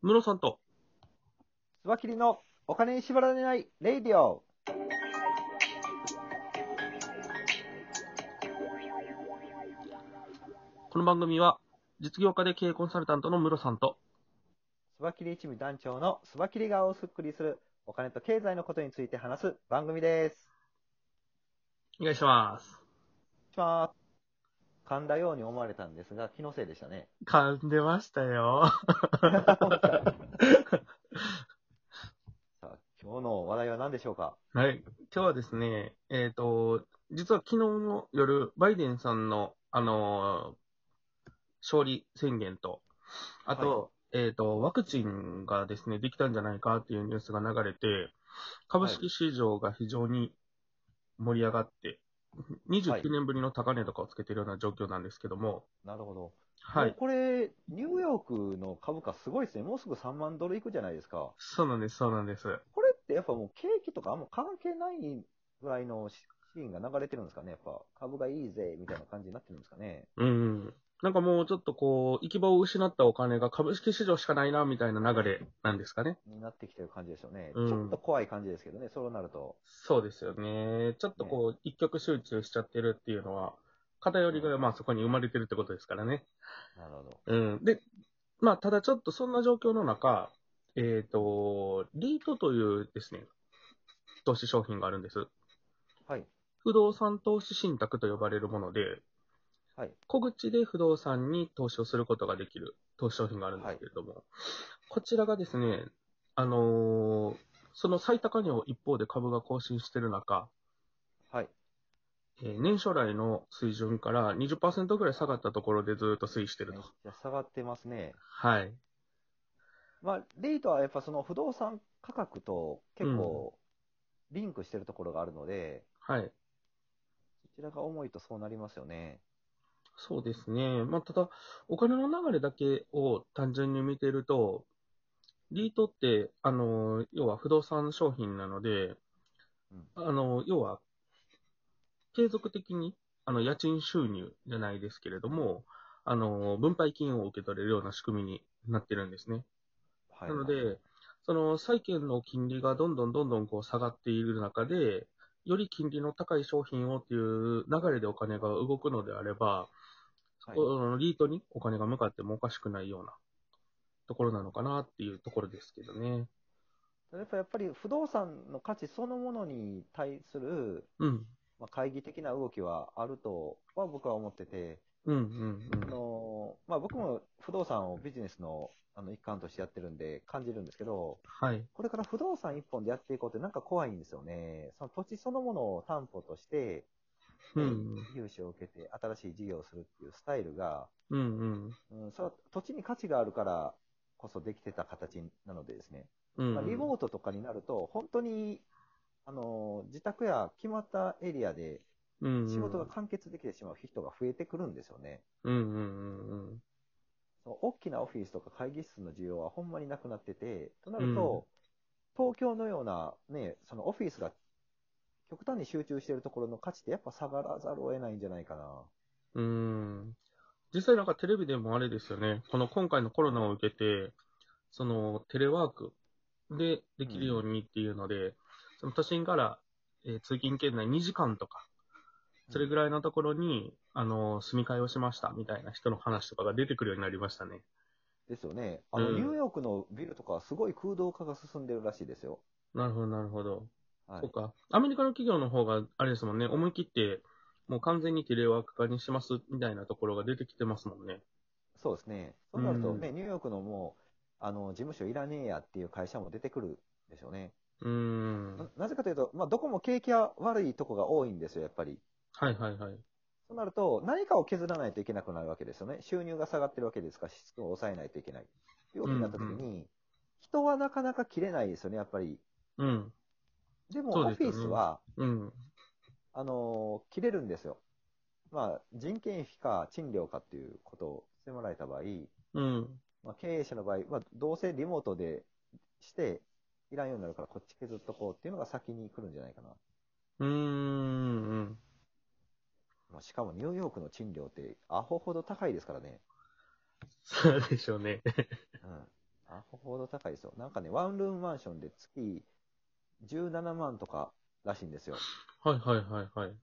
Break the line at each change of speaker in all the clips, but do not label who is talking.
ムロさんと、
スワキリのお金に縛られないレイディオ。
この番組は、実業家で経営コンサルタントのムロさんと、
スワキリ一味団長のスワキリがおすっくりするお金と経済のことについて話す番組です。
お願いします。
します。噛んだように思われたんですが、気のせいでし たね。
噛んでましたよ。
さあ、今日の話題は何でしょうか
はい。今日はですね、えっ、と、実は昨日の夜、バイデンさんの、あのー勝利宣言と、あと、えっ、と、ワクチンがですね、できたんじゃないかっていうニュースが流れて、株式市場が非常に盛り上がって、
はい
29年ぶりの高値とかをつけてるような状況なんですけども、
なるほど。
は
もう
い。
これ、ニューヨークの株価すごいですね。もうすぐ3万ドルいくじゃないですか。
そうなんです、そうなんです。
これってやっぱもう景気とかあんま関係ないぐらいのシーンが流れてるんですかね。やっぱ株がいいぜ、みたいな感じになってるんですかね。
うん。なんかもうちょっとこう、行き場を失ったお金が株式市場しかないな、みたいな流れなんですかね。
になってきてる感じでしょうね。
うん
ちょっと怖い感じですけどね、そうなると。
そうですよね。ちょっとこう、一極集中しちゃってるっていうのは、偏りがまあそこに生まれてるってことですからね。
なるほど。
うん。で、まあただちょっとそんな状況の中、えっ、と、リートというですね、投資商品があるんです。
はい。
不動産投資信託と呼ばれるもので、
はい。
小口で不動産に投資をすることができる投資商品があるんですけれども、こちらがですね、あのーその最高値を一方で株が更新している中、
はい。
えー年初来の水準から20%ぐらい下がったところでずーっと推移してる
めっ
と。
ちゃ下がってますね。
はい。
まあ、レイトはやっぱその不動産価格と結構リンクしてるところがあるので、
はい。
そちらが重いとそうなりますよね。
そうですね。まあ、ただ、お金の流れだけを単純に見てると、リートって、あのー要は不動産商品なので、
うん
あの、要は、継続的に、あの、家賃収入じゃないですけれども、あの、分配金を受け取れるような仕組みになってるんですね。
はい。
なので、その、債券の金利がどんどんどんどんこう下がっている中で、より金利の高い商品をっていう流れでお金が動くのであれば、
はい、
このリートにお金が向かってもおかしくないようなところなのかなっていうところですけどね。
やっぱやっぱり不動産の価値そのものに対する、
うん。
まあ、会議的な動きはあるとは僕は思ってて、
うんうん
あのまあ、僕も不動産をビジネスのあの一環としてやってるんで感じるんですけど、
うん。はい。
これから不動産一本でやっていこうってなんか怖いんですよね。その土地そのものを担保として、
うん
融資を受けて新しい事業をするっていうスタイルが、
うんうん。
うん、それは土地に価値があるからこそできてた形なのでですね。
うん
まあ、リモートとかになると、本当に、あの、自宅や決まったエリアで
うん
仕事が完結できてしまう人が増えてくるんですよね。
うんうんうんうん。
その大きなオフィスとか会議室の需要はほんまになくなってて、となると、東京のような、ね、そのオフィスが極端に集中しているところの価値ってやっぱ下がらざるを得ないんじゃないかな。
うーん実際なんかテレビでもあれですよね。この今回のコロナを受けて、そのテレワークでできるようにっていうので、その都心から、えー通勤圏内2時間とか、それぐ
らい。
らいのところに、あの、住み替えをしましたみたいな人の話とかが出てくるようになりましたね。
ですよね。あの、
うん
ニューヨークのビルとかはすごい空洞化が進んでるらしいですよ。
なるほど、なるほど。
はい
そう。か。アメリカの企業の方が、あれですもんね、思い切って、もう完全にテレワーク化にしますみたいなところが出てきてますもんね。
そうですね。そうなるとね、
う
ニューヨークのもう、あの、事務所いらねえやっていう会社も出てくるでしょうね。
うーん。
ななぜかというと、まあ、どこも景気は悪いとこが多いんですよ、やっぱり。
はいはいはい。
そうなると、何かを削らないといけなくなるわけですよね。収入が下がってるわけですから、支出を抑えないといけない。いうことになったときに、
う
人はなかなか切れないですよね、やっぱり。
うん。
でも、
そう
オ
です
フ
よ
ィ
ね
スは、
うん。
あのー切れるんですよ。まあ、人件費か賃料かっていうことを迫られた場合、
うん。
まあ、経営者の場合、まあ、どうせリモートでして、いらんようになるから、こっち削っとこうっていうのが先に来るんじゃないかな。
うーん。
まあ、しかも、ニューヨークの賃料って、アホほど高いですからね。
そうでしょうね。
うん、あなほど高いですよ。なんかね、ワンルームマンションで月17万とからしいんですよ。
はいはいはいはい。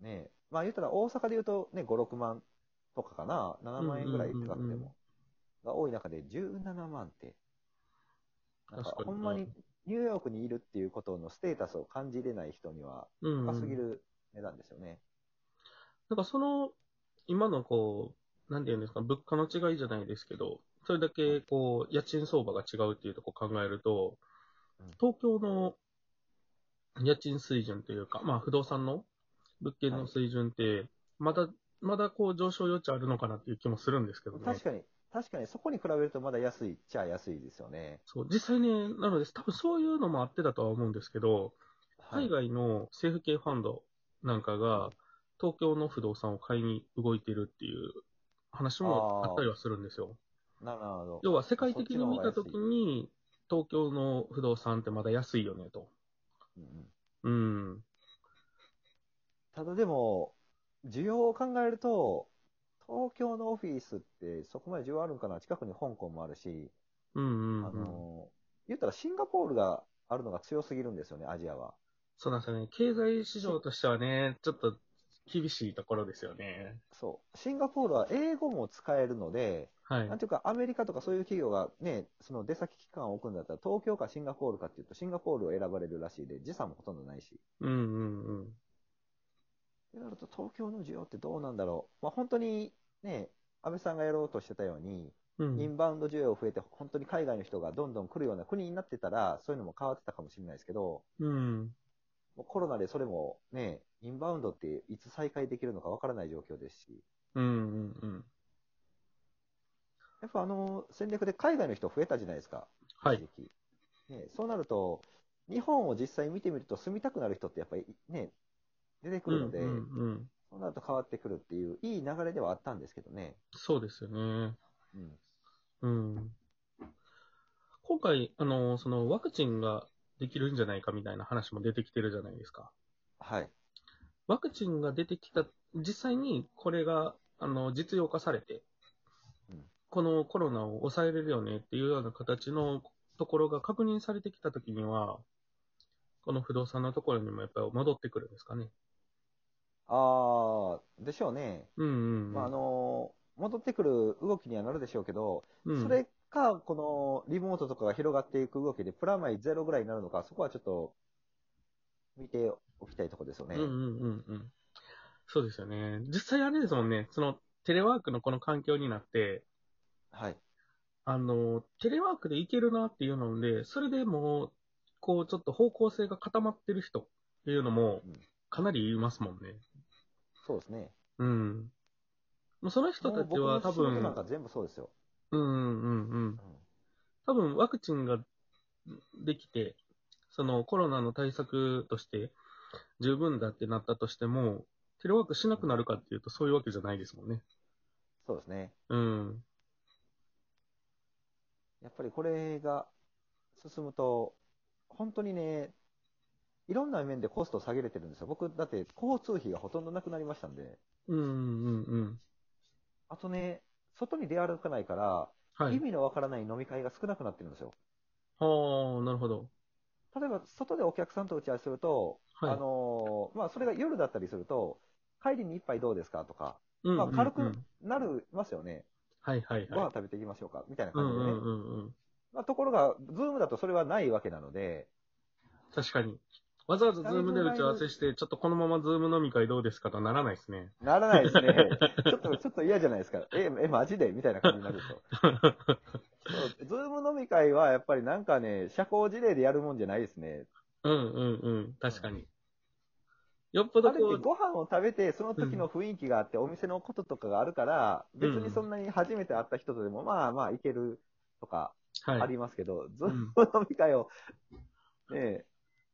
ねえまあ言ったら大阪で言うとね、5、6万とかかな、7万円ぐらい
うんうん
高くて
うんうん
も、が多い中で17万って、なんか
確かに
ほんまにニューヨークにいるっていうことのステータスを感じれない人には
うん、
高すぎる値段ですよね。
なんかその、今のこう、なんていうんですか、物価の違いじゃないですけど、それだけこう、家賃相場が違うっていうところ考えると
うん、
東京の家賃水準というか、まあ不動産の物件
は
の
い
水準って、まだ、まだこう上昇余地あるのかなっていう気もするんですけどね。
確かに、確かにそこに比べるとまだ安いっちゃ安いですよね。
そう、実際ね、なので多分そういうのもあってだとは思うんですけど、
はい
海外の政府系ファンドなんかが、東京の不動産を買いに動いてるっていう話も
あー
あったりはするんですよ。
なるほど。
要は世界的に見たときに、東京の不動産ってまだ安いよねと。
うんうん
うん。
ただでも、需要を考えると、東京のオフィスってそこまで需要あるんかな近くに香港もあるし、
うんうん、うん。
あの、言ったらシンガポールがあるのが強すぎるんですよね、アジアは。
そうなんですよね。経済市場としてはね、ちょっと厳しいところですよね。
そう。シンガポールは英語も使えるので、
はい。
なんていうか、アメリカとかそういう企業がね、その出先機関を置くんだったら、東京かシンガポールかっていうと、シンガポールを選ばれるらしいで、時差もほとんどないし。
うんうんうん。
ってなると、東京の需要ってどうなんだろう。まあ、本当にね、安倍さんがやろうとしてたように、
うん、
インバウンド需要増えて、本当に海外の人がどんどん来るような国になってたら、そういうのも変わってたかもしれないですけど、
うん。
もうコロナでそれもね、インバウンドっていつ再開できるのかわからない状況ですし、
うんうんうん。
やっぱあの、戦略で海外の人増えたじゃないですか、
はい
一。時期ね、そうなると、日本を実際見てみると住みたくなる人ってやっぱりね、出てくるので、
うんうんうん。
そうなると変わってくるっていう、いい流れではあったんですけどね。
そうですよね。
うん。
うん。今回、あの、そのワクチンができるんじゃないかみたいな話も出てきてるじゃないですか。
はい。
ワクチンが出てきた、実際にこれが、あの、実用化されて
うん、
このコロナを抑えれるよねっていうような形のところが確認されてきたときには、この不動産のところにもやっぱり戻ってくるんですかね。
あー、でしょうね。
うんうんうん。
まあ、あの戻ってくる動きにはなるでしょうけど、
うん
それか、このリモートとかが広がっていく動きで、プラマイゼロぐらいになるのか、そこはちょっと見ておきたいとこですよね。
うんうんうんうん。そうですよね。実際あれですもんね、そのテレワークのこの環境になって、
はい。
あの、テレワークでいけるなっていうので、それでもう、こう、ちょっと方向性が固まってる人っていうのも
うん、
かなりいますもんね。
そうですね。
うん。もうその人たちは多
もう僕の仕事
分、
なんか全部そうですよ。
うんうんうんうん。多分ワクチンができて、そのコロナの対策として十分だってなったとしても、テレワークしなくなるかっていうとそういうわけじゃないですもんね。
そうですね。
うん。
やっぱりこれが進むと、本当にね、いろんな面でコストを下げれてるんですよ。僕、だって交通費がほとんどなくなりましたんで。
うんうんうん。
あとね、外に出歩かないから、
はい。
意
あ
味のわからない飲み会が少なくなってるんですよ。
あ、なるほど。
例えば、外でお客さんと打ち合わせすると、
はい。
あのーまあ、それが夜だったりすると、帰りに一杯どうですかとか、
うん
まあ、軽
うんう
く
ん
なりますよね。
はいはい
ご
は
飯
い。
食べていきましょうか、みたいな
う
感じ
ん
で
う
ね。
んうんうん。
まあ、ところが、ズームだとそれはないわけなので、
確かに。わざわざズームで打ち合わせして、ちょっとこのままズーム飲み会どうですかとならないですね。
ならない ですね。ちょっと、ちょっと嫌じゃないですか。え、え、マジでみたいな感じになると。そうズーム飲み会はやっぱりなんかね、社交辞令でやるもんじゃないですね。
うんうんうん。確かに。よっぽ
あ
ど
れって
こう、
ご飯を食べて、その時の雰囲気があって、お店のこととかがあるから、別にそんなに初めて会った人とでも、まあまあいけるとかあ
はい。
りますけど、ズ
う
ーム
ん
飲み会を、ねえ、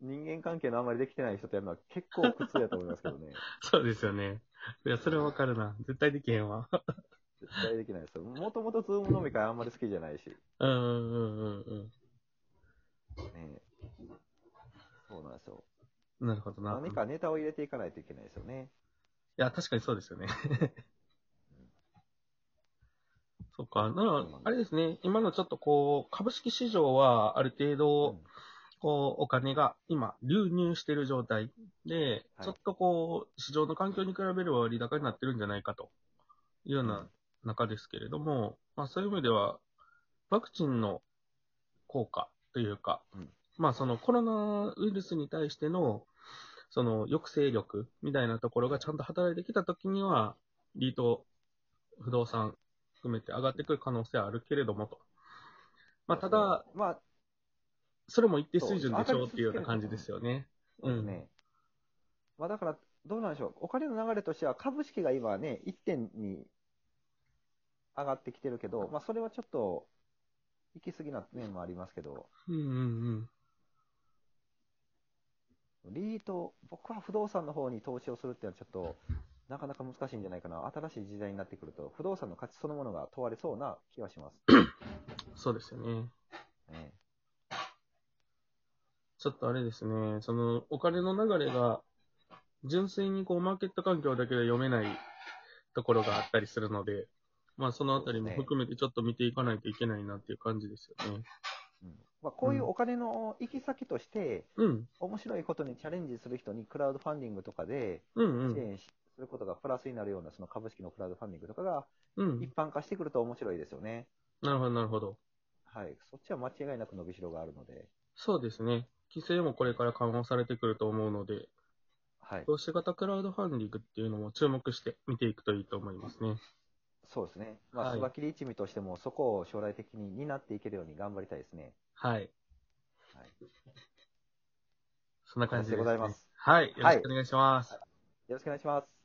人間関係のあんまりできてない人とやるのは結構苦痛だと思いますけどね。
そうですよね。いや、それはわかるな。絶対できへんわ。
絶対できないですよ。もともとズーム飲み会あんまり好きじゃないし。
うんうんうんうん
ねそうなんですよ。
うん。なるほどな。
何かネタを入れていかないといけないですよね。
いや、確かにそうですよね。そうか。なら
うん、
あれですね、今のちょっとこう、株式市場はある程度、
うん
こう、お金が今、流入している状態で、
はい
ちょっとこう、市場の環境に比べれば割高になってるんじゃないかというような中ですけれども、まあそういう意味では、ワクチンの効果というか、
うん
まあそのコロナウイルスに対しての、その抑制力みたいなところがちゃんと働いてきたときには、リート、不動産含めて上がってくる可能性はあるけれどもと。まあただ、、
まあ、
それも一定水準でしょうっていうような感じですよね。
そうですね。まあだから、どうなんでしょう。お金の流れとしては、株式が今ね、一点に上がってきてるけど、まあそれはちょっと、行き過ぎな面もありますけど、
うんうん
リート、僕は不動産の方に投資をするっていうのはちょっと、なかなか難しいんじゃないかな。新しい時代になってくると、不動産の価値そのものが問われそうな気はします。
うん。そうですよね。
ね
ちょっとあれですね、そのお金の流れが純粋にこうマーケット環境だけで読めないところがあったりするので、まあそのあたりも含めてちょっと見ていかないといけないなっていう感じですよね。
うんまあ、こういうお金の行き先として、
うん、
面白いことにチャレンジする人にクラウドファンディングとかで
うんう
支
ん、
援しすることがプラスになるようなその株式のクラウドファンディングとかが
うん。
一般化してくると面白いですよね。
なるほど、なるほど。
はい。そっちは間違いなく伸びしろがあるので。
そうですね。規制もこれから緩和されてくると思うので、
はい。
投資型クラウドファンディングっていうのも注目して見ていくといいと思いますね。
そうですね。ま
は
あ、
い
芝切一味としてもそこを将来的に担っていけるように頑張りたいですね。
はい。
はい。
そんな感じ
でございます。
はい。よろしくお願いします。
よろしくお願いします。